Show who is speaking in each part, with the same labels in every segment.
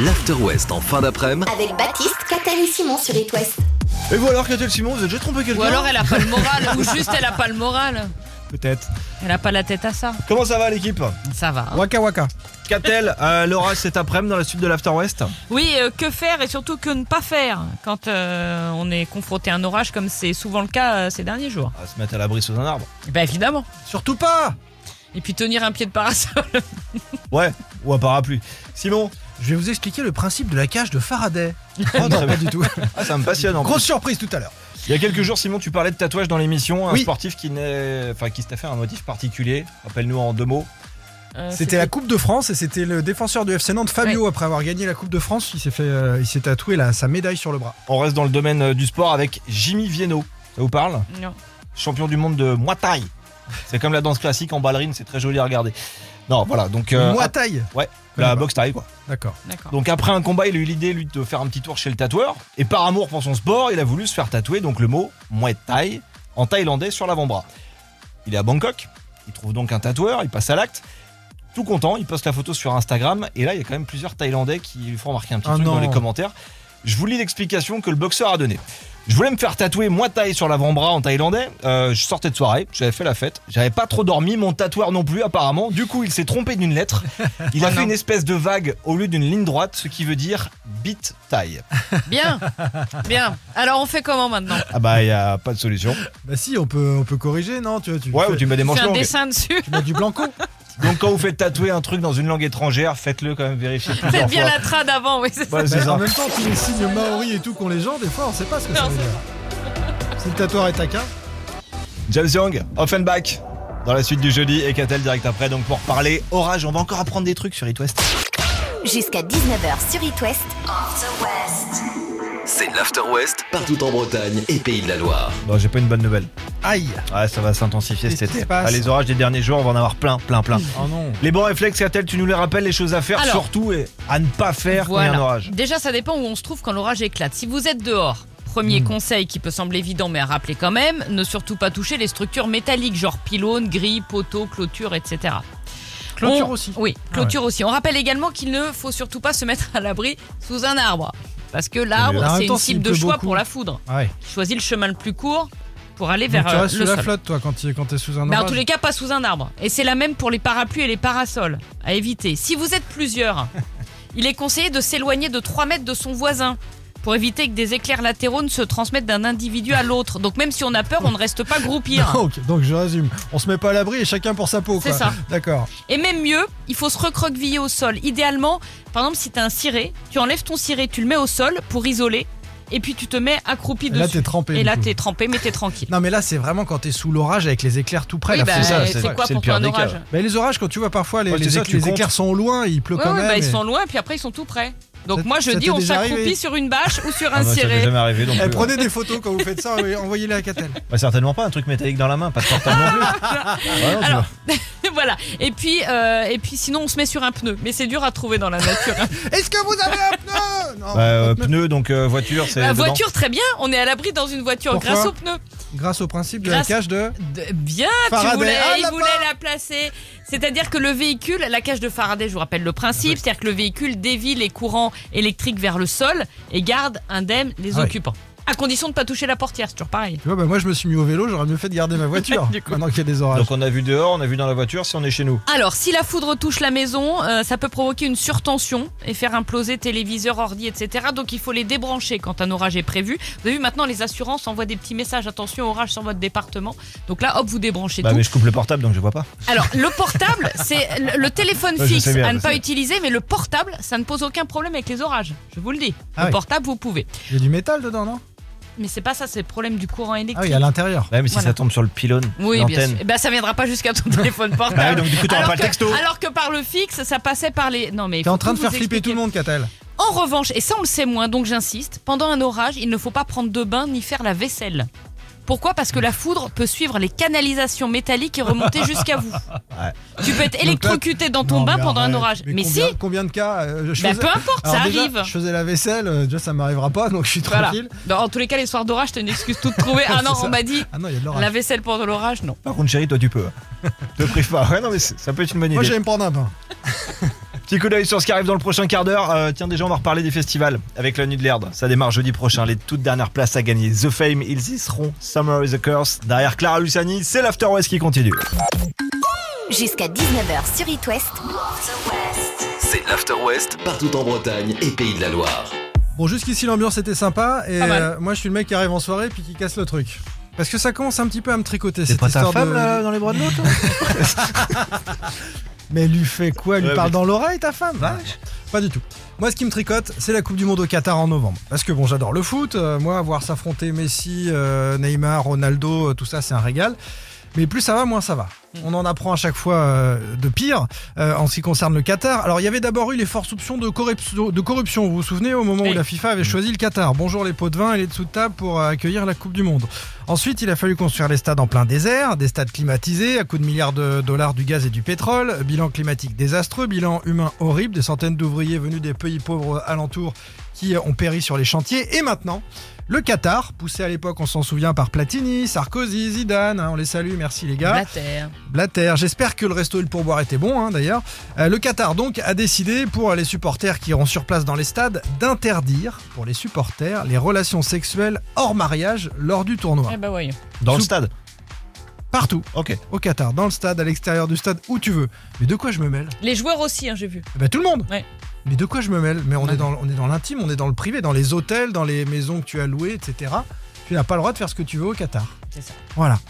Speaker 1: l'After West en fin d'après-midi
Speaker 2: Avec Baptiste, Catherine et Simon sur It West.
Speaker 3: Et vous alors, Catel Simon, vous avez déjà trompé quelqu'un
Speaker 4: Ou alors elle a pas le moral, ou juste elle a pas le moral.
Speaker 3: Peut-être.
Speaker 4: Elle a pas la tête à ça.
Speaker 3: Comment ça va l'équipe
Speaker 4: Ça va. hein.
Speaker 3: Waka waka. Catel, euh, Laura cet après-midi dans la suite de l'After West.
Speaker 4: Oui, euh, que faire et surtout que ne pas faire quand euh, on est confronté à un orage comme c'est souvent le cas euh, ces derniers jours.
Speaker 3: On va se mettre à l'abri sous un arbre.
Speaker 4: Bah évidemment.
Speaker 3: Surtout pas
Speaker 4: Et puis tenir un pied de parasol.
Speaker 3: Ouais, ou un parapluie. Simon
Speaker 5: Je vais vous expliquer le principe de la cage de Faraday.
Speaker 3: Oh,
Speaker 5: Oh,
Speaker 3: très
Speaker 5: non,
Speaker 3: bien.
Speaker 5: pas du tout.
Speaker 3: Ah, ça me passionne en
Speaker 5: Grosse
Speaker 3: plus.
Speaker 5: surprise tout à l'heure.
Speaker 3: Il y a quelques jours, Simon, tu parlais de tatouage dans l'émission. Un
Speaker 5: Oui.
Speaker 3: sportif qui, n'est... Enfin, qui s'était fait un motif particulier. Rappelle-nous en deux mots.
Speaker 4: Euh,
Speaker 5: C'était la Coupe de France et c'était le défenseur du FC Nantes, Fabio, après avoir gagné la Coupe de France, il s'est fait, euh, il s'est tatoué la- sa médaille sur le bras.
Speaker 3: On reste dans le domaine euh, du sport avec Jimmy Vienno. Ça vous parle
Speaker 4: Non.
Speaker 3: Champion du monde de Muay Thai. C'est comme la danse classique en ballerine, c'est très joli à regarder. Non, voilà, donc euh,
Speaker 5: Moi taille.
Speaker 3: la boxe thaï quoi.
Speaker 5: D'accord.
Speaker 4: D'accord.
Speaker 3: Donc après un combat, il a eu l'idée lui de faire un petit tour chez le tatoueur et par amour pour son sport, il a voulu se faire tatouer donc le mot Muay Thai en thaïlandais sur l'avant-bras. Il est à Bangkok, il trouve donc un tatoueur, il passe à l'acte. Tout content, il poste la photo sur Instagram et là il y a quand même plusieurs Thaïlandais qui lui font remarquer un petit
Speaker 5: Ah
Speaker 3: truc dans
Speaker 5: non.
Speaker 3: les commentaires. Je vous lis l'explication que le boxeur a donnée. Je voulais me faire tatouer Muay Thai sur l'avant-bras en thaïlandais. Euh, je sortais de soirée, j'avais fait la fête, j'avais pas trop dormi, mon tatoueur non plus apparemment. Du coup, il s'est trompé d'une lettre. Il
Speaker 4: Ah
Speaker 3: a fait une espèce de vague au lieu d'une ligne droite, ce qui veut dire bit taille.
Speaker 4: Bien. Bien. Alors on fait comment maintenant
Speaker 3: Ah bah, il y a pas de solution.
Speaker 5: Bah si, on peut, on peut corriger, non Tu, tu,
Speaker 3: Ouais,
Speaker 5: fais-
Speaker 3: ou tu mets des
Speaker 4: On
Speaker 3: manches
Speaker 4: fait un
Speaker 3: longues.
Speaker 4: dessin dessus.
Speaker 5: tu mets du blanco.
Speaker 3: Donc quand vous faites tatouer un truc dans une langue étrangère, faites-le quand même vérifier plusieurs
Speaker 4: Faites bien
Speaker 3: fois.
Speaker 4: la trad avant, oui, c'est ça.
Speaker 3: Ouais, c'est
Speaker 5: Mais
Speaker 3: ça.
Speaker 5: en même temps, tous les signes maoris et tout qu'on les gens, des fois, on sait pas ce que ça
Speaker 4: Non,
Speaker 5: veut
Speaker 4: c'est
Speaker 5: dire. Si le tatoueur est taquin.
Speaker 3: James Young, Offenbach, dans la suite du jeudi et Catel direct après. Donc pour parler orage, on va encore apprendre des trucs sur It West.
Speaker 2: Jusqu'à 19h sur It West.
Speaker 1: c'est l'After West partout en Bretagne et Pays de la Loire.
Speaker 3: Non, j'ai pas une bonne nouvelle.
Speaker 5: Aïe.
Speaker 3: Ah, ça va s'intensifier
Speaker 5: Qu'est-ce
Speaker 3: cet
Speaker 5: qui
Speaker 3: été.
Speaker 5: se passe
Speaker 3: Ah, les orages des derniers jours, on va en avoir plein, plein, plein.
Speaker 5: Oh non.
Speaker 3: Les bons réflexes, Catel, tu nous les rappelles, les choses à faire
Speaker 4: Alors.
Speaker 3: surtout et à ne pas faire quand il y a un
Speaker 4: Voilà.
Speaker 3: orage.
Speaker 4: Déjà, ça dépend où on se trouve quand l'orage éclate. Si vous êtes dehors,
Speaker 5: Hmm.
Speaker 4: premier conseil qui peut sembler évident mais à rappeler quand même, ne surtout pas toucher les structures métalliques, genre pylônes, grilles, poteaux, clôtures, etc.
Speaker 5: Clôture
Speaker 4: On-
Speaker 5: aussi.
Speaker 4: Oui, clôture aussi. On rappelle également qu'il ne faut surtout pas se mettre à l'abri sous un arbre. Parce que l'arbre,
Speaker 5: mieux. En même
Speaker 4: c'est une
Speaker 5: temps,
Speaker 4: cible
Speaker 5: s'il
Speaker 4: de
Speaker 5: pleut
Speaker 4: choix
Speaker 5: beaucoup.
Speaker 4: pour la foudre.
Speaker 5: Ah Ouais.
Speaker 4: Choisis le chemin le plus court pour aller
Speaker 5: Donc,
Speaker 4: vers
Speaker 5: tu
Speaker 4: euh,
Speaker 5: restes sous
Speaker 4: le
Speaker 5: la
Speaker 4: sol.
Speaker 5: flotte, toi, quand tu quand es sous un
Speaker 4: Mais en
Speaker 5: orage.
Speaker 4: tous les cas, pas sous un arbre. Et c'est la même pour les parapluies et les parasols. À éviter. Si vous êtes plusieurs, il est conseillé de s'éloigner de 3 mètres de son voisin pour éviter que des éclairs latéraux ne se transmettent d'un individu à l'autre. Donc même si on a peur, on ne reste pas groupir.
Speaker 5: donc, donc, je résume. On se met pas à l'abri et chacun pour sa peau.
Speaker 4: C'est
Speaker 5: quoi.
Speaker 4: ça.
Speaker 5: D'accord.
Speaker 4: Et même mieux, il faut se recroqueviller au sol. Idéalement, par exemple, si t'as un ciré, tu enlèves ton ciré, tu le mets au sol pour isoler, et puis tu te mets accroupi
Speaker 5: Et Là,
Speaker 4: dessus.
Speaker 5: t'es trempé.
Speaker 4: et
Speaker 5: du
Speaker 4: là,
Speaker 5: coup.
Speaker 4: t'es trempé, mais t'es tranquille.
Speaker 5: Non mais là c'est vraiment quand t'es sous l'orage avec les éclairs tout près.
Speaker 4: Oui,
Speaker 5: là,
Speaker 4: bah,
Speaker 5: faut-
Speaker 3: c'est ça,
Speaker 4: c'est
Speaker 3: c'est-
Speaker 4: quoi
Speaker 3: c'est le
Speaker 4: pour
Speaker 3: pire
Speaker 4: toi
Speaker 3: des
Speaker 4: un
Speaker 3: cas.
Speaker 4: orage
Speaker 5: Bah, les orages quand tu vois parfois les,
Speaker 3: Ouais, c'est
Speaker 5: les
Speaker 3: ça,
Speaker 5: écl-
Speaker 3: tu
Speaker 5: les
Speaker 3: comptes.
Speaker 5: éclairs sont loin, il pleut
Speaker 4: Ouais,
Speaker 5: quand
Speaker 4: ouais,
Speaker 5: même.
Speaker 4: bah, ils
Speaker 5: et-
Speaker 4: sont loin, puis après, ils sont tout près. Donc
Speaker 5: Ça-
Speaker 4: moi, je
Speaker 5: ça
Speaker 4: dis,
Speaker 5: t'est
Speaker 4: on
Speaker 5: déjà
Speaker 4: s'accroupit
Speaker 5: arrivé
Speaker 4: sur une bâche ou sur
Speaker 3: Ah, bah,
Speaker 4: un
Speaker 3: ça m'est
Speaker 4: ciré.
Speaker 3: jamais arrivé non
Speaker 5: Eh,
Speaker 3: plus.
Speaker 5: prenez des photos quand vous faites ça et envoyez-les à Catel.
Speaker 3: Bah, certainement pas un truc métallique dans la main, pas de portable non plus. Ah Ouais, non, tu
Speaker 4: Alors, voilà. Et puis, euh, et puis, sinon, on se met sur un pneu. Mais c'est dur à trouver dans la nature.
Speaker 5: Est-ce que vous avez un pneu Non,
Speaker 3: Bah, euh,
Speaker 5: votre pneu-
Speaker 3: pneus, donc euh, voiture, c'est.
Speaker 4: la
Speaker 3: dedans.
Speaker 4: voiture, très bien. On est à l'abri dans une voiture
Speaker 5: Pourquoi
Speaker 4: grâce au pneu.
Speaker 5: Grâce au principe de
Speaker 4: Grâce-
Speaker 5: la cage de.
Speaker 4: De- Bien,
Speaker 5: Faraday.
Speaker 4: tu voulais,
Speaker 5: Ah,
Speaker 4: il
Speaker 5: là-bas.
Speaker 4: voulait la placer. C'est-à-dire que le véhicule, la cage de Faraday, je vous rappelle le principe, c'est-à-dire que le véhicule dévie les courants électriques vers le sol et garde indemne les
Speaker 5: Ah ouais.
Speaker 4: occupants. À condition de ne pas toucher la portière, c'est toujours pareil.
Speaker 5: Tu vois, bah, moi je me suis mis au vélo, j'aurais mieux fait de garder ma voiture
Speaker 4: Du coup.
Speaker 5: maintenant qu'il y a des orages.
Speaker 3: Donc on a vu dehors, on a vu dans la voiture, si on est chez nous.
Speaker 4: Alors, si la foudre touche la maison, euh, ça peut provoquer une surtension et faire imploser téléviseur, ordi, etc. Donc, il faut les débrancher quand un orage est prévu. Vous avez vu, maintenant, les assurances envoient des petits messages attention, orage sur votre département. Donc là, hop, vous débranchez
Speaker 3: Bah
Speaker 4: tout.
Speaker 3: mais je coupe le portable donc je vois pas.
Speaker 4: Alors, le portable, c'est le le téléphone
Speaker 3: Ouais, je
Speaker 4: fixe
Speaker 3: sais bien,
Speaker 4: à ne
Speaker 3: je
Speaker 4: pas
Speaker 3: sais.
Speaker 4: utiliser, mais le portable, ça ne pose aucun problème avec les orages. Je vous le dis.
Speaker 5: Ah
Speaker 4: le
Speaker 5: oui.
Speaker 4: portable, vous pouvez.
Speaker 5: Il y a du métal dedans, non
Speaker 4: Mais c'est pas ça, c'est le problème du courant
Speaker 5: Ah oui, à
Speaker 4: électrique.
Speaker 5: l'intérieur.
Speaker 3: Ouais mais si
Speaker 4: Voilà.
Speaker 3: ça tombe sur le pylône,
Speaker 4: oui, bien sûr.
Speaker 3: l'antenne.
Speaker 4: Eh ben, ça viendra pas jusqu'à ton téléphone
Speaker 3: Bah oui,
Speaker 4: portable.
Speaker 3: donc du coup t'auras
Speaker 4: alors,
Speaker 3: pas le
Speaker 4: que,
Speaker 3: texto.
Speaker 4: alors que par le fixe, ça passait par les. Non, mais. il
Speaker 5: T'es en
Speaker 4: faut
Speaker 5: train de
Speaker 4: vous
Speaker 5: faire flipper
Speaker 4: expliquer.
Speaker 5: tout le monde, Catel.
Speaker 4: En revanche, et ça on le sait moins, donc j'insiste, pendant un orage, il ne faut pas prendre de bain ni faire la vaisselle. Pourquoi Parce que la foudre peut suivre les canalisations métalliques et remonter jusqu'à vous. Tu peux être électrocuté dans ton
Speaker 5: Non,
Speaker 4: bain
Speaker 5: mais
Speaker 4: pendant un
Speaker 5: arrête.
Speaker 4: orage. Mais, si,
Speaker 5: combien, Combien de cas euh, je
Speaker 4: bah,
Speaker 5: faisais-
Speaker 4: peu importe,
Speaker 5: Alors
Speaker 4: ça
Speaker 5: déjà,
Speaker 4: arrive.
Speaker 5: Je faisais la vaisselle, euh, déjà ça m'arrivera pas, donc je suis
Speaker 4: Voilà.
Speaker 5: tranquille.
Speaker 4: Non, en tous les cas, les soirs d'orage, t'as une excuse toute trouvée. Ah non,
Speaker 5: C'est ça.
Speaker 4: on m'a dit
Speaker 5: Ah non, il y a de l'orage.
Speaker 4: la vaisselle pendant l'orage, non.
Speaker 3: hein. Par contre chérie toi tu peux. Ne prive pas. Ouais non mais c'est- ça peut être une bonne
Speaker 5: Moi
Speaker 3: idée.
Speaker 5: j'allais me prendre un bain.
Speaker 3: Petit coup d'œil sur ce qui arrive dans le prochain quart d'heure. Euh, tiens, déjà, on va reparler des festivals avec la nuit de l'herbe. Ça démarre jeudi prochain. Les toutes dernières places à gagner. The Fame, ils y seront. Summer is a Curse. Derrière Clara Luciani, c'est l'After West qui continue.
Speaker 2: Jusqu'à 19h sur It West.
Speaker 1: C'est l'After West partout en Bretagne et Pays de la Loire.
Speaker 5: Bon, jusqu'ici, l'ambiance était sympa. Et
Speaker 4: Pas mal.
Speaker 5: euh, moi, je suis le mec qui arrive en soirée puis qui casse le truc. Parce que ça commence un petit peu à me tricoter.
Speaker 3: C'est
Speaker 5: cette
Speaker 3: pas ta
Speaker 5: histoire
Speaker 3: femme
Speaker 5: de-
Speaker 3: là, dans les bras de l'autre
Speaker 5: Mais lui fait quoi Lui
Speaker 3: Ouais,
Speaker 5: parle
Speaker 3: mais-
Speaker 5: dans l'oreille ta femme
Speaker 3: Vache.
Speaker 5: Pas du tout. Moi, ce qui me tricote, c'est la Coupe du Monde au Qatar en novembre. Parce que bon, j'adore le foot. euh, moi, voir s'affronter Messi, euh, Neymar, Ronaldo, euh, tout ça, c'est un régal. Mais plus ça va, moins ça va.
Speaker 4: Mm.
Speaker 5: On en apprend à chaque fois euh, de pire euh, en ce qui concerne le Qatar. Alors, il y avait d'abord eu les forts soupçons de corruption, de corruption, vous vous souvenez, au moment
Speaker 4: Oui.
Speaker 5: où la FIFA avait choisi le Qatar. Bonjour les pots de vin et les dessous de table pour euh, accueillir la Coupe du Monde. Ensuite, il a fallu construire les stades en plein désert, des stades climatisés à coups de milliards de dollars du gaz et du pétrole, bilan climatique désastreux, bilan humain horrible, des centaines d'ouvriers venus des pays pauvres alentours qui ont péri sur les chantiers. Et maintenant, le Qatar, poussé à l'époque, on s'en souvient, par Platini, Sarkozy, Zidane, hein, on les salue, merci les gars.
Speaker 4: Blatter.
Speaker 5: Blatter. J'espère que le resto et le pourboire étaient bons, hein, d'ailleurs. Euh, le Qatar, donc, a décidé, pour les supporters qui iront sur place dans les stades, d'interdire, pour les supporters, les relations sexuelles hors mariage lors du tournoi.
Speaker 4: Eh bah voyons.
Speaker 3: Dans le
Speaker 5: Sous-
Speaker 3: stade.
Speaker 5: Partout,
Speaker 3: Ok.
Speaker 5: au Qatar, dans le stade, à l'extérieur du stade, où tu veux. Mais de quoi je me mêle
Speaker 4: Les joueurs aussi, hein, j'ai vu.
Speaker 5: Eh ben, Tout le monde
Speaker 4: Ouais.
Speaker 5: Mais de quoi je me mêle Mais on
Speaker 4: Ouais.
Speaker 5: est dans, on est dans l'intime, on est dans le privé, dans les hôtels, dans les maisons que tu as louées, etc. Tu n'as pas le droit de faire ce que tu veux au Qatar.
Speaker 4: C'est ça.
Speaker 5: Voilà.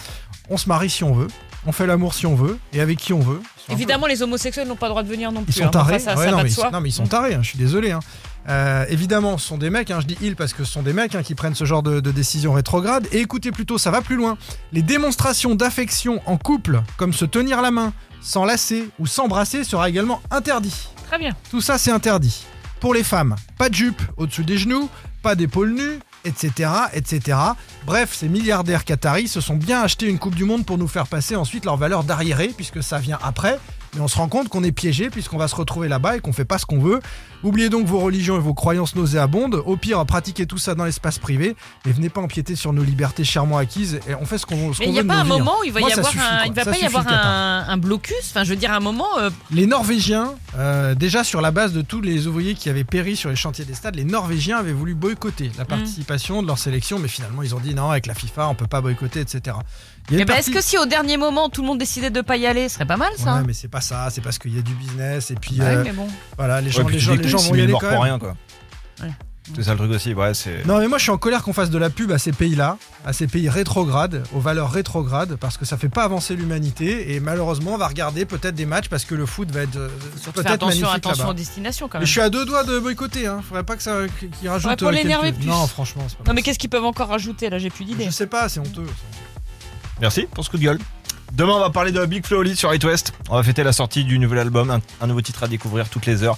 Speaker 5: On se marie si on veut, on fait l'amour si on veut, et avec qui on veut. Ils sont un peu-
Speaker 4: Évidemment, les homosexuels n'ont pas le droit de venir non plus.
Speaker 5: Ah, Ils sont
Speaker 4: hein.
Speaker 5: tarés.
Speaker 4: Enfin, ça,
Speaker 5: Ouais,
Speaker 4: ça
Speaker 5: non,
Speaker 4: va
Speaker 5: mais
Speaker 4: de
Speaker 5: ils,
Speaker 4: soi.
Speaker 5: non, mais ils sont tarés, hein, je suis désolé. hein. Euh, évidemment, ce sont des mecs, hein, je dis ils parce que ce sont des mecs hein, qui prennent ce genre de, de décision rétrograde. Et écoutez plutôt, ça va plus loin. Les démonstrations d'affection en couple, comme se tenir la main, s'enlacer ou s'embrasser, sera également interdit.
Speaker 4: Très bien.
Speaker 5: Tout ça, c'est interdit. Pour les femmes, pas de jupe au-dessus des genoux, pas d'épaules nues, etc., etc. Bref, ces milliardaires qataris se sont bien achetés une Coupe du Monde pour nous faire passer ensuite leur valeur d'arriéré, puisque ça vient après. Mais on se rend compte qu'on est piégé, puisqu'on va se retrouver là-bas et qu'on fait pas ce qu'on veut. Oubliez donc vos religions et vos croyances nauséabondes. Au pire, pratiquez tout ça dans l'espace privé. Mais venez pas empiéter sur nos libertés chèrement acquises. Et on fait ce qu'on ce
Speaker 4: Mais
Speaker 5: qu'on
Speaker 4: il n'y
Speaker 5: veut.
Speaker 4: a
Speaker 5: de
Speaker 4: pas
Speaker 5: nos
Speaker 4: un
Speaker 5: vies, hein.
Speaker 4: moment où il va
Speaker 5: Moi,
Speaker 4: y
Speaker 5: ça
Speaker 4: avoir
Speaker 5: suffit,
Speaker 4: un,
Speaker 5: quoi.
Speaker 4: il va
Speaker 5: Ça
Speaker 4: pas y
Speaker 5: suffit,
Speaker 4: avoir
Speaker 5: le Qatar.
Speaker 4: un, un blocus. Enfin, je veux dire, un moment. euh,
Speaker 5: Les Norvégiens, euh, déjà sur la base de tous les ouvriers qui avaient péri sur les chantiers des stades, les Norvégiens avaient voulu boycotter
Speaker 4: Mm.
Speaker 5: la participation de leur sélection, mais finalement ils ont dit non, avec la FIFA on peut pas boycotter, etc. Il y a
Speaker 4: eh
Speaker 5: une
Speaker 4: ben, est-ce
Speaker 5: partie-
Speaker 4: que si au dernier moment tout le monde décidait de pas y aller, ce serait pas mal ça
Speaker 5: Ouais, mais c'est pas ça, c'est parce qu'il y a du business et puis
Speaker 4: Bah oui,
Speaker 5: euh,
Speaker 4: mais bon.
Speaker 5: voilà, les gens,
Speaker 3: Ouais, puis
Speaker 5: les
Speaker 3: tu
Speaker 5: gens,
Speaker 3: dis que
Speaker 5: les gens
Speaker 3: six
Speaker 5: vont y
Speaker 3: mille
Speaker 5: aller
Speaker 3: morts
Speaker 5: quand
Speaker 3: pour
Speaker 5: même.
Speaker 3: rien quoi.
Speaker 4: Ouais.
Speaker 3: C'est ça le truc aussi, ouais, c'est.
Speaker 5: Non mais moi je suis en colère qu'on fasse de la pub à ces pays-là, à ces pays rétrogrades, aux valeurs rétrogrades, parce que ça fait pas avancer l'humanité et malheureusement on va regarder peut-être des matchs parce que le foot va être euh,
Speaker 4: Surtout faire
Speaker 5: peut-être magnifique
Speaker 4: attention, attention
Speaker 5: là-bas.
Speaker 4: aux destinations quand
Speaker 5: Mais
Speaker 4: même.
Speaker 5: je suis à deux doigts de boycotter, hein. Faudrait pas que ça qu'il rajoute.
Speaker 4: Ouais, pour
Speaker 5: euh,
Speaker 4: l'énerver
Speaker 5: quelques-
Speaker 4: plus.
Speaker 5: Non, franchement, c'est
Speaker 4: Non mais
Speaker 5: pas possible.
Speaker 4: qu'est-ce qu'ils peuvent encore rajouter là J'ai plus d'idées.
Speaker 5: Je sais pas, c'est honteux.
Speaker 3: Merci pour ce coup de gueule. Demain, on va parler de Big Flo et Oli sur It West. On va fêter la sortie du nouvel album, un, un nouveau titre à découvrir toutes les heures.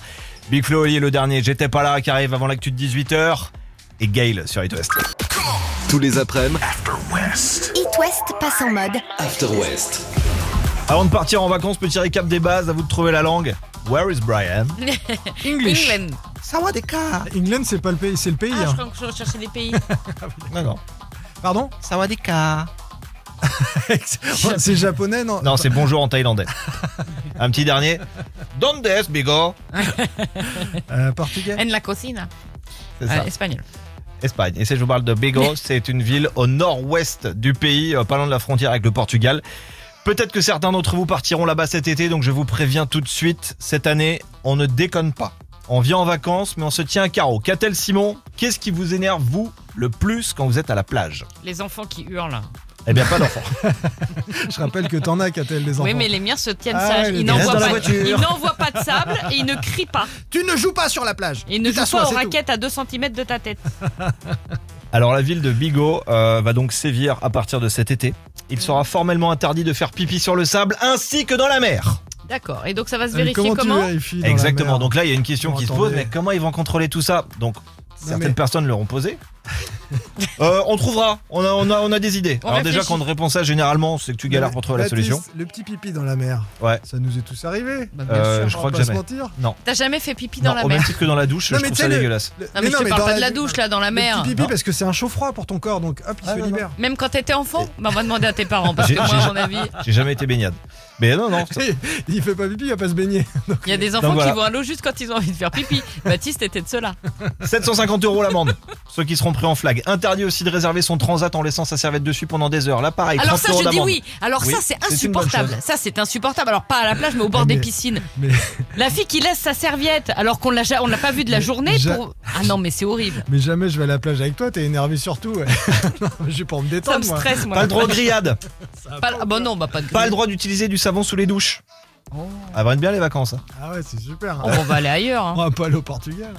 Speaker 3: Big Flo et Oli, le dernier, j'étais pas là, qui arrive avant l'actu de 18h. Et Gail sur It West.
Speaker 1: Tous les après-midi,
Speaker 2: It West passe en mode.
Speaker 1: After West.
Speaker 3: Avant de partir en vacances, petit récap des bases, à vous de trouver la langue. Where is Brian
Speaker 5: English.
Speaker 4: England.
Speaker 5: Ça va des cas. England, c'est pas le pays, c'est le pays.
Speaker 4: Ah, je
Speaker 5: hein.
Speaker 4: crois que je cherchais des pays.
Speaker 3: Non, non.
Speaker 5: Pardon Ça va des cas. c'est japonais, non
Speaker 3: Non, c'est bonjour en thaïlandais. un petit dernier. Dondes, bigo
Speaker 5: Euh, portugais.
Speaker 4: En la cocina.
Speaker 3: C'est ça.
Speaker 4: Euh, espagnol.
Speaker 3: Espagne. Et si je vous parle de Bego, c'est une ville au nord-ouest du pays, euh, pas loin de la frontière avec le Portugal. Peut-être que certains d'entre vous partiront là-bas cet été, donc je vous préviens tout de suite, cette année, on ne déconne pas. On vient en vacances, mais on se tient à carreau. Catel Simon, qu'est-ce qui vous énerve, vous, le plus quand vous êtes à la plage
Speaker 4: Les enfants qui hurlent.
Speaker 3: Eh bien, pas d'enfant.
Speaker 5: Je rappelle que t'en as, qu'a-t-elle les enfants.
Speaker 4: Oui, mais les miens se tiennent
Speaker 5: Ah,
Speaker 4: sages.
Speaker 5: les
Speaker 4: Ils
Speaker 5: gars.
Speaker 4: n'envoient
Speaker 5: Reste dans
Speaker 4: pas,
Speaker 5: la voiture.
Speaker 4: ils n'envoient pas de sable et ils ne crient pas.
Speaker 5: Tu ne joues pas sur la plage.
Speaker 4: Ils ne
Speaker 5: Tu
Speaker 4: jouent
Speaker 5: t'assois,
Speaker 4: pas aux
Speaker 5: c'est tout.
Speaker 4: raquettes à 2 cm de ta tête.
Speaker 3: Alors, la ville de Bigo euh, va donc sévir à partir de cet été. Il sera formellement interdit de faire pipi sur le sable ainsi que dans la mer.
Speaker 4: D'accord. Et donc ça va se
Speaker 5: Euh,
Speaker 4: vérifier
Speaker 5: Comment,
Speaker 4: comment,
Speaker 5: tu vérifies dans la
Speaker 3: Exactement.
Speaker 5: mer
Speaker 3: Donc là, il y a une question
Speaker 5: Oh,
Speaker 3: qui se
Speaker 5: attendez.
Speaker 3: pose, mais comment ils vont contrôler tout ça Donc, certaines
Speaker 5: mais-
Speaker 3: personnes l'auront posé. Euh, on trouvera. On a, on a, on a des idées.
Speaker 4: On
Speaker 3: Alors déjà
Speaker 4: réfléchit.
Speaker 3: quand on répond ça, généralement, c'est que tu galères pour trouver la
Speaker 5: Baptiste,
Speaker 3: solution.
Speaker 5: Le petit pipi dans la mer.
Speaker 3: Ouais.
Speaker 5: Ça nous est tous arrivé.
Speaker 4: Bah, bien
Speaker 3: Euh,
Speaker 4: sûr.
Speaker 3: je crois
Speaker 5: on va
Speaker 3: que
Speaker 5: pas
Speaker 3: jamais.
Speaker 5: se mentir.
Speaker 4: T'as jamais fait pipi
Speaker 3: Non,
Speaker 4: dans la
Speaker 3: au
Speaker 4: mer
Speaker 3: même titre que dans la douche,
Speaker 5: Non,
Speaker 3: je
Speaker 5: mais
Speaker 3: trouve
Speaker 5: tu
Speaker 3: ça
Speaker 5: sais, le-
Speaker 3: dégueulasse.
Speaker 5: Le-
Speaker 4: Non mais, je te
Speaker 5: mais
Speaker 4: parle
Speaker 5: dans
Speaker 4: pas de la douche là, dans la
Speaker 5: Le
Speaker 4: mer.
Speaker 5: petit pipi
Speaker 3: Non.
Speaker 5: parce que c'est un chaud froid pour ton corps, donc hop, il
Speaker 3: Ah,
Speaker 5: se
Speaker 3: non,
Speaker 5: libère.
Speaker 4: Même quand t'étais enfant Bah on va demander à tes parents parce que
Speaker 3: J'ai-
Speaker 4: moi
Speaker 3: j'ai-
Speaker 4: à mon avis,
Speaker 3: J'ai jamais été baignade. Mais non, non. ça-
Speaker 5: Il fait pas pipi, il va pas se baigner.
Speaker 4: il y a des enfants
Speaker 3: voilà.
Speaker 4: qui vont à l'eau juste quand ils ont envie de faire pipi. Baptiste était de ceux-là.
Speaker 3: 750 euros l'amende. Ceux qui seront pris en flag. Interdit aussi de réserver son transat en laissant sa serviette dessus pendant des heures. Là, pareil. 30
Speaker 4: Alors ça
Speaker 3: euros
Speaker 4: je dis
Speaker 3: d'amende.
Speaker 4: oui. Alors
Speaker 3: Oui,
Speaker 4: ça
Speaker 3: c'est
Speaker 4: c'est
Speaker 3: une bonne
Speaker 4: insupportable. Ça c'est insupportable. Alors pas à la plage mais au bord
Speaker 5: Mais-
Speaker 4: des piscines.
Speaker 5: mais-
Speaker 4: La fille qui laisse sa serviette alors qu'on l'a ja- on l'a pas vue de la
Speaker 5: Mais
Speaker 4: journée
Speaker 5: ja-
Speaker 4: pour Ah non mais c'est horrible.
Speaker 5: Mais jamais je vais à la plage avec toi, t'es énervé surtout. ouais. non, mais je vais pour me
Speaker 4: Ça me
Speaker 5: détendre, moi.
Speaker 4: stresse moi.
Speaker 3: Pas le droit aux grillades.
Speaker 4: Pas le- ah, bah non, bah pas de
Speaker 3: Pas le
Speaker 4: grillades.
Speaker 3: droit d'utiliser du savon sous les douches.
Speaker 5: Oh.
Speaker 3: Ah, vraiment bien les vacances. hein.
Speaker 5: Ah ouais, c'est super.
Speaker 4: Oh, bah, on va aller ailleurs. hein.
Speaker 5: On va pas aller au Portugal.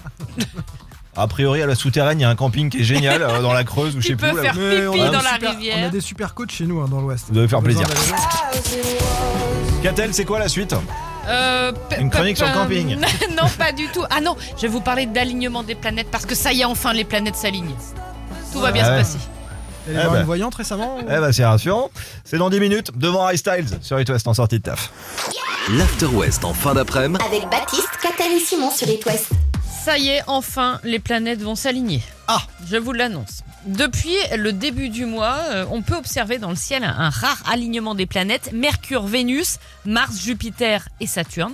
Speaker 3: A priori, à la souterraine, il y a un camping qui est génial euh, dans la Creuse ou je sais
Speaker 4: Tu peux
Speaker 3: plus. là.
Speaker 4: faire
Speaker 5: Mais on
Speaker 4: pipi
Speaker 5: a
Speaker 4: dans
Speaker 5: des
Speaker 4: la
Speaker 5: super- On a
Speaker 4: rivière.
Speaker 5: des super coachs chez nous hein, dans l'Ouest.
Speaker 3: Vous devez faire
Speaker 5: Besoin
Speaker 3: plaisir.
Speaker 5: d'aller loin.
Speaker 3: Catel, c'est quoi la suite
Speaker 4: Euh, pe-
Speaker 3: Une chronique
Speaker 4: pe-
Speaker 3: sur le camping.
Speaker 4: non, pas du tout. Ah non, je vais vous parler d'alignement des planètes parce que ça y est, enfin, les planètes s'alignent. Tout va bien
Speaker 3: Ah ouais.
Speaker 4: se passer.
Speaker 5: T'es allé
Speaker 3: Eh
Speaker 5: voir
Speaker 3: ben.
Speaker 5: une voyante récemment ou-
Speaker 3: Eh bah, c'est rassurant. C'est dans 10 minutes devant Harry Styles sur It West en sortie de taf.
Speaker 1: L'After West en fin d'après-midi.
Speaker 2: Avec Baptiste, Catel et Simon sur It West.
Speaker 4: Ça y est, enfin, les planètes vont s'aligner.
Speaker 5: Ah.
Speaker 4: Je vous l'annonce. Depuis le début du mois, euh, on peut observer dans le ciel un, un rare alignement des planètes Mercure, Vénus, Mars, Jupiter et Saturne.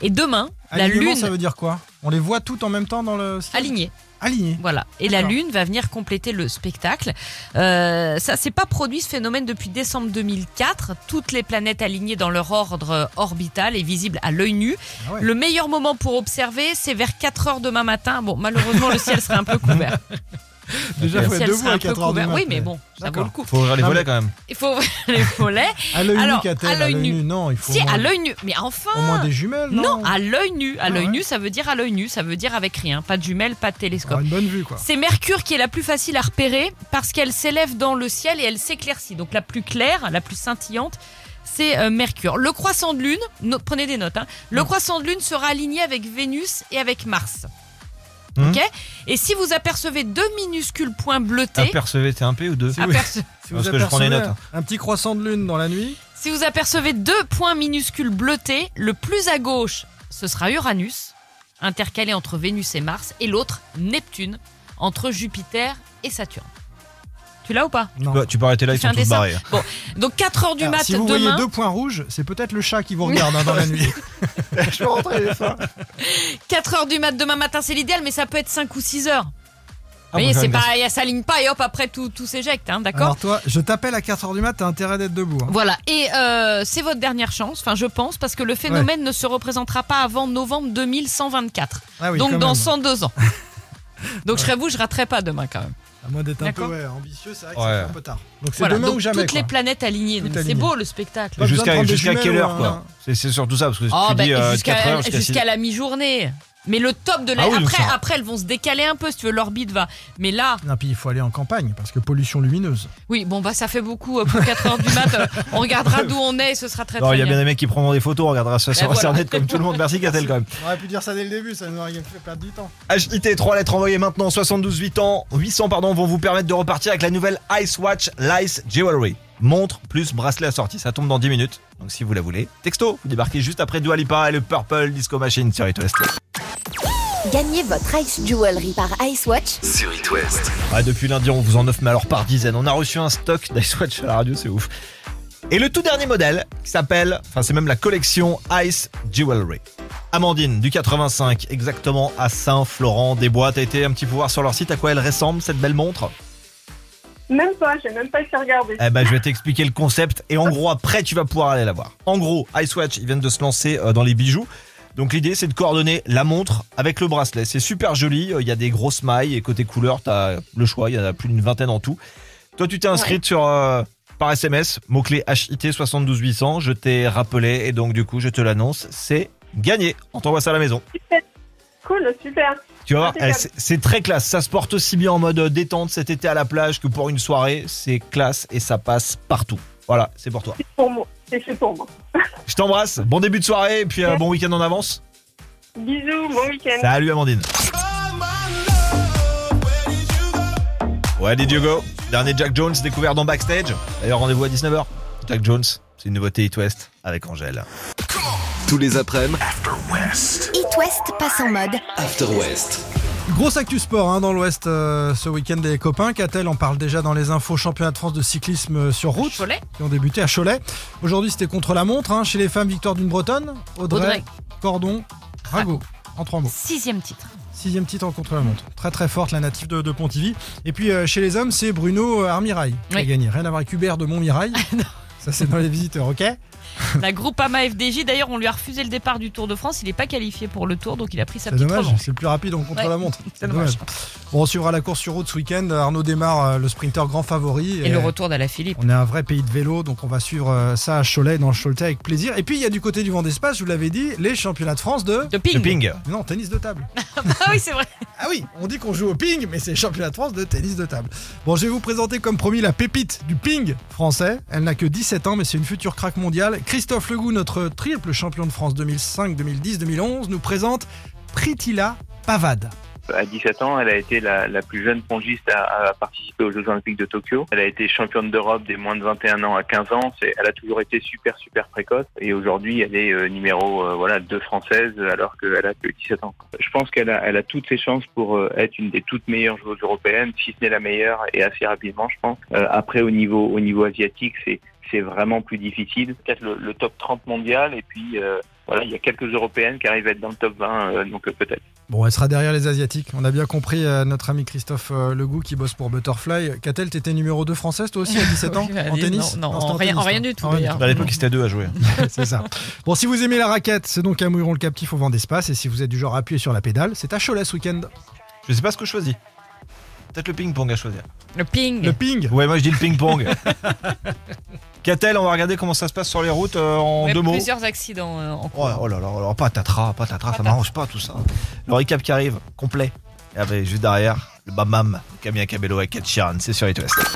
Speaker 4: Et demain, la
Speaker 5: Alignement,
Speaker 4: Lune
Speaker 5: ça veut dire quoi On les voit toutes en même temps dans le ciel
Speaker 4: alignée.
Speaker 5: Alignées.
Speaker 4: Voilà. Et la
Speaker 5: D'accord.
Speaker 4: Lune va venir compléter le spectacle. Euh, ça s'est pas produit ce phénomène depuis décembre 2004. Toutes les planètes alignées dans leur ordre euh, orbital et visibles à l'œil nu.
Speaker 5: Ah ouais.
Speaker 4: Le meilleur moment pour observer, c'est vers 4 heures demain matin. Bon, malheureusement, le ciel sera un peu couvert.
Speaker 5: Déjà,
Speaker 3: Le
Speaker 5: faut
Speaker 4: Le
Speaker 5: être
Speaker 4: ciel
Speaker 5: debout
Speaker 4: sera
Speaker 5: à
Speaker 4: un peu
Speaker 5: 4 heures du
Speaker 4: couvert.
Speaker 5: matin.
Speaker 4: Oui, mais bon, ça vaut
Speaker 5: D'accord.
Speaker 4: le coup.
Speaker 3: Faut ouvrir les
Speaker 5: Non,
Speaker 3: volets quand même.
Speaker 4: Il faut les volets.
Speaker 5: À l'œil nu,
Speaker 4: Alors,
Speaker 5: Katel,
Speaker 4: à
Speaker 5: à l'œil
Speaker 4: l'œil
Speaker 5: nu. Non, il faut.
Speaker 4: Si,
Speaker 5: au moins-
Speaker 4: à l'œil nu. Mais enfin
Speaker 5: Au moins des jumelles, non
Speaker 4: Non, à l'œil nu. À
Speaker 5: Ah
Speaker 4: l'œil
Speaker 5: ouais.
Speaker 4: nu, ça veut dire à l'œil nu. Ça veut dire avec rien. Pas de jumelles, pas de télescope.
Speaker 5: Avoir une bonne vue, quoi.
Speaker 4: C'est Mercure qui est la plus facile à repérer parce qu'elle s'élève dans le ciel et elle s'éclaircit. Donc la plus claire, la plus scintillante, c'est euh, Mercure. Le croissant de lune, no- prenez des notes, hein. le croissant de lune sera aligné avec Vénus et avec Mars.
Speaker 3: Mhm.
Speaker 4: Ok Et si vous apercevez deux minuscules points bleutés,
Speaker 3: Apercevez, t'es un P ou deux
Speaker 5: C'est- oui.
Speaker 4: aperce-
Speaker 5: Si
Speaker 3: Parce que je hein. prends des
Speaker 5: apercevez
Speaker 3: notes.
Speaker 5: Un petit croissant de lune dans la nuit.
Speaker 4: si vous apercevez deux points minuscules bleutés, le plus à gauche, ce sera Uranus, intercalé entre Vénus et Mars, et l'autre, Neptune, entre Jupiter et Saturne. Tu l'as ou pas
Speaker 5: Non.
Speaker 3: Bah, Tu peux arrêter là,
Speaker 4: Tu
Speaker 3: ils
Speaker 4: fais
Speaker 3: sont
Speaker 4: un
Speaker 3: tous
Speaker 4: dessin.
Speaker 3: barrés. hein.
Speaker 4: Donc 4 heures du
Speaker 5: Alors,
Speaker 4: mat
Speaker 5: Ah, si vous voyez
Speaker 4: demain,
Speaker 5: deux points rouges, c'est peut-être le chat qui vous regarde hein, dans la nuit.
Speaker 4: 4 heures du mat demain matin, c'est l'idéal, mais ça peut être 5 ou 6 heures.
Speaker 3: Ah,
Speaker 4: vous
Speaker 3: bon,
Speaker 4: voyez,
Speaker 3: ça
Speaker 4: c'est
Speaker 3: me
Speaker 4: pas, ça s'aligne pas et hop, après tout, tout s'éjecte, hein, d'accord
Speaker 5: Alors toi, je t'appelle à 4h du mat, t'as intérêt d'être debout. hein.
Speaker 4: Voilà, et euh, c'est votre dernière chance, enfin je pense, parce que le phénomène ne se représentera pas avant novembre 2124.
Speaker 5: Ah oui,
Speaker 4: donc
Speaker 5: quand
Speaker 4: dans
Speaker 5: même.
Speaker 4: 102 ans. Donc je serais vous, je raterai pas demain quand même.
Speaker 5: À moins d'être un peu
Speaker 4: D'accord.
Speaker 5: ouais, ambitieux, c'est vrai que
Speaker 3: Ouais.
Speaker 5: ça fait un peu tard. Donc c'est
Speaker 4: Voilà,
Speaker 5: demain
Speaker 4: donc
Speaker 5: ou jamais.
Speaker 4: toutes
Speaker 5: quoi.
Speaker 4: les planètes alignées.
Speaker 5: Tout
Speaker 4: Donc, C'est
Speaker 5: aligné.
Speaker 4: beau le spectacle.
Speaker 5: Pas besoin de
Speaker 3: Jusqu'à
Speaker 5: prendre des
Speaker 3: jusqu'à quelle
Speaker 5: jumelles
Speaker 3: heure
Speaker 5: ou
Speaker 3: quoi
Speaker 5: un-
Speaker 3: C'est c'est surtout ça parce que
Speaker 4: Oh,
Speaker 3: tu
Speaker 4: bah,
Speaker 3: dis euh, 4
Speaker 4: jusqu'à
Speaker 3: heures jusqu'à
Speaker 4: jusqu'à
Speaker 3: six-
Speaker 4: la mi-journée. Mais le top de la...
Speaker 3: Ah oui, donc
Speaker 4: Après,
Speaker 3: ça-
Speaker 4: après, elles vont se décaler un peu, si tu veux, l'orbite va. Mais là,
Speaker 5: Non, puis il faut aller en campagne parce que pollution lumineuse.
Speaker 4: Oui, bon, bah ça fait beaucoup euh, pour 4 heures du mat. euh, On regardera d'où on est et ce sera très
Speaker 3: Non,
Speaker 4: très
Speaker 3: il y a bien
Speaker 4: bien.
Speaker 3: des mecs qui prendront des photos, on regardera ça sur
Speaker 4: Ben voilà.
Speaker 3: internet comme tout le monde. Merci Catel quand même.
Speaker 5: On aurait pu dire ça dès le début, ça nous aurait fait perdre du temps.
Speaker 3: HIT, 3 lettres envoyées maintenant, 72 8 ans, 800 pardon, vont vous permettre de repartir avec la nouvelle Ice Watch Lice Jewelry. Montre plus bracelet assorti, ça tombe dans 10 minutes. Donc si vous la voulez, texto, vous débarquez juste après Dua Lipa et le Purple Disco Machine sur It West.
Speaker 2: Gagnez votre Ice Jewelry par Ice Watch
Speaker 1: Sur It West.
Speaker 3: Ah, depuis lundi, on vous en offre, mais alors par dizaines. On a reçu un stock d'Icewatch à la radio, c'est ouf. Et le tout dernier modèle, qui s'appelle, enfin c'est même la collection Ice Jewelry. Amandine, du 85, exactement à Saint-Florent-des-Bois. T'as été un petit peu voir sur leur site à quoi elle ressemble, cette belle montre
Speaker 6: Même pas, j'ai même pas été regarder.
Speaker 3: Eh ben, je vais t'expliquer le concept et en gros, après, tu vas pouvoir aller la voir. En gros, Icewatch, ils viennent de se lancer euh, dans les bijoux. Donc, l'idée, c'est de coordonner la montre avec le bracelet. C'est super joli. euh, Il y a des grosses mailles et côté couleur, t'as le choix. Il y en a plus d'une vingtaine en tout. Toi, tu t'es inscrite sur, euh, par SMS, mot-clé HIT 72800. Je t'ai rappelé et donc, du coup, je te l'annonce. C'est gagné. On t'envoie ça à la maison.
Speaker 6: Cool, super.
Speaker 3: Tu vas voir,
Speaker 6: Impeccable.
Speaker 3: eh, c'est- c'est très classe. Ça se porte aussi bien en mode euh, détente cet été à la plage que pour une soirée. C'est classe et ça passe partout. Voilà, c'est pour toi.
Speaker 6: C'est pour moi. C'est fait pour moi.
Speaker 3: Je t'embrasse. Bon début de soirée et puis euh,
Speaker 6: Merci.
Speaker 3: bon week-end en avance.
Speaker 6: Bisous, bon week-end.
Speaker 3: Salut Amandine. Ouais, did you go Dernier Jack Jones découvert dans Backstage. D'ailleurs, rendez-vous à 19h. Jack Jones, c'est une nouveauté It West avec Angèle.
Speaker 1: Tous les après-midi,
Speaker 2: It West passe en mode.
Speaker 1: After West.
Speaker 5: Grosse actu sport hein, dans l'Ouest euh, ce week-end, les copains. Catel, on parle déjà dans les infos championnat de France de cyclisme sur route
Speaker 4: Cholet.
Speaker 5: qui ont débuté à Cholet. Aujourd'hui, c'était contre la montre. hein. Chez les femmes, victoire d'une Bretonne. Audrey,
Speaker 4: Audrey. Ah.
Speaker 5: Cordon, Rago. En trois mots.
Speaker 4: Sixième titre.
Speaker 5: Sixième titre en contre la montre. Très très forte, la native de, de Pontivy. Et puis euh, chez les hommes, c'est Bruno euh, Armirail qui a
Speaker 4: Oui. Ah
Speaker 5: gagné. Rien à voir avec Hubert de Montmirail. Ça, c'est dans les visiteurs, ok
Speaker 4: La Groupama FDJ, d'ailleurs, on lui a refusé le départ du Tour de France. Il n'est pas qualifié pour le Tour, donc il a pris sa
Speaker 5: C'est
Speaker 4: petite
Speaker 5: dommage,
Speaker 4: revanche.
Speaker 5: c'est le plus rapide en contre
Speaker 4: Ouais,
Speaker 5: la montre.
Speaker 4: c'est dommage.
Speaker 5: Bon, on suivra la course sur route ce week-end. Arnaud démarre euh, le sprinter grand favori.
Speaker 4: Et le retour d'Ala Philippe.
Speaker 5: On est un vrai pays de vélo, donc on va suivre euh, ça à Cholet, dans Choletais, avec plaisir. Et puis, il y a du côté du Vent d'Espace, je vous l'avais dit, les championnats de France de...
Speaker 4: De ping.
Speaker 3: Le ping.
Speaker 5: Non, tennis de table.
Speaker 4: Ah oui, c'est vrai.
Speaker 5: Ah oui, on dit qu'on joue au ping, mais c'est championnat de France de tennis de table. Bon, je vais vous présenter comme promis la pépite du ping français. Elle n'a que 17 ans, mais c'est une future craque mondiale. Christophe Legout, notre triple champion de France 2005, 2010, 2011, nous présente Pritila Pavade.
Speaker 7: À 17 ans, elle a été la, la plus jeune pongiste à, à participer aux Jeux Olympiques de Tokyo. Elle a été championne d'Europe des moins de 21 ans à 15 ans. C'est- elle a toujours été super, super précoce. Et aujourd'hui, elle est euh, numéro euh, voilà, 2 française alors qu'elle a que 17 ans. Je pense qu'elle a, elle a toutes ses chances pour euh, être une des toutes meilleures joueuses européennes, si ce n'est la meilleure, et assez rapidement, je pense. Euh, après, au niveau, au niveau asiatique, c'est c'est vraiment plus difficile. Peut-être le, le top 30 mondial. Et puis, euh, voilà, il y a quelques européennes qui arrivent à être dans le top 20, euh, donc euh, peut-être.
Speaker 5: Bon, elle sera derrière les Asiatiques. On a bien compris euh, notre ami Christophe euh, Legout qui bosse pour Butterfly. Catel, t'étais numéro 2 française toi aussi à 17 ans
Speaker 4: Oui, bah,
Speaker 5: En
Speaker 4: dis-
Speaker 5: tennis
Speaker 4: non, non,
Speaker 5: c'était
Speaker 4: en rien- en
Speaker 5: tennis,
Speaker 4: rien
Speaker 5: toi.
Speaker 4: du tout,
Speaker 5: En rien
Speaker 4: d'ailleurs.
Speaker 3: À l'époque, ils étaient deux à jouer.
Speaker 5: c'est ça. Bon, si vous aimez la raquette, c'est donc à Mouilleron le Captif au vent d'espace. Et si vous êtes du genre à appuyer sur la pédale, c'est à Cholet ce week-end.
Speaker 3: Je sais pas ce que je choisis. Peut-être le ping-pong à choisir.
Speaker 4: Le ping.
Speaker 5: Le ping
Speaker 3: Ouais, moi je dis le ping-pong. Catel, on va regarder comment ça se passe sur les routes euh, en
Speaker 4: Ouais,
Speaker 3: deux mots.
Speaker 4: Plusieurs accidents euh, en cours.
Speaker 3: Oh, oh là là, oh là, patatras, patatras, ça m'arrange pas tout ça. Le recap qui arrive, complet. Et avec juste derrière, le bam bam, Camille Cabello avec Ed Sheeran, c'est sur les West.